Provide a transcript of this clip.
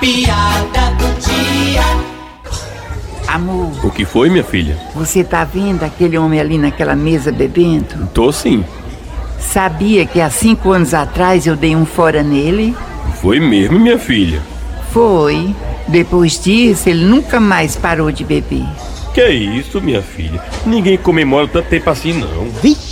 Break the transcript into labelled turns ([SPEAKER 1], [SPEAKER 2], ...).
[SPEAKER 1] piada do dia.
[SPEAKER 2] Amor,
[SPEAKER 3] O que foi, minha filha?
[SPEAKER 2] você tá vendo aquele homem ali naquela mesa bebendo?
[SPEAKER 3] Tô sim.
[SPEAKER 2] Sabia que há cinco anos atrás eu dei um fora nele?
[SPEAKER 3] Foi mesmo, minha filha.
[SPEAKER 2] Foi. Depois disso, ele nunca mais parou de beber.
[SPEAKER 3] é Que isso, minha filha? Ninguém comemora tanto tempo assim, não.
[SPEAKER 4] Vixe!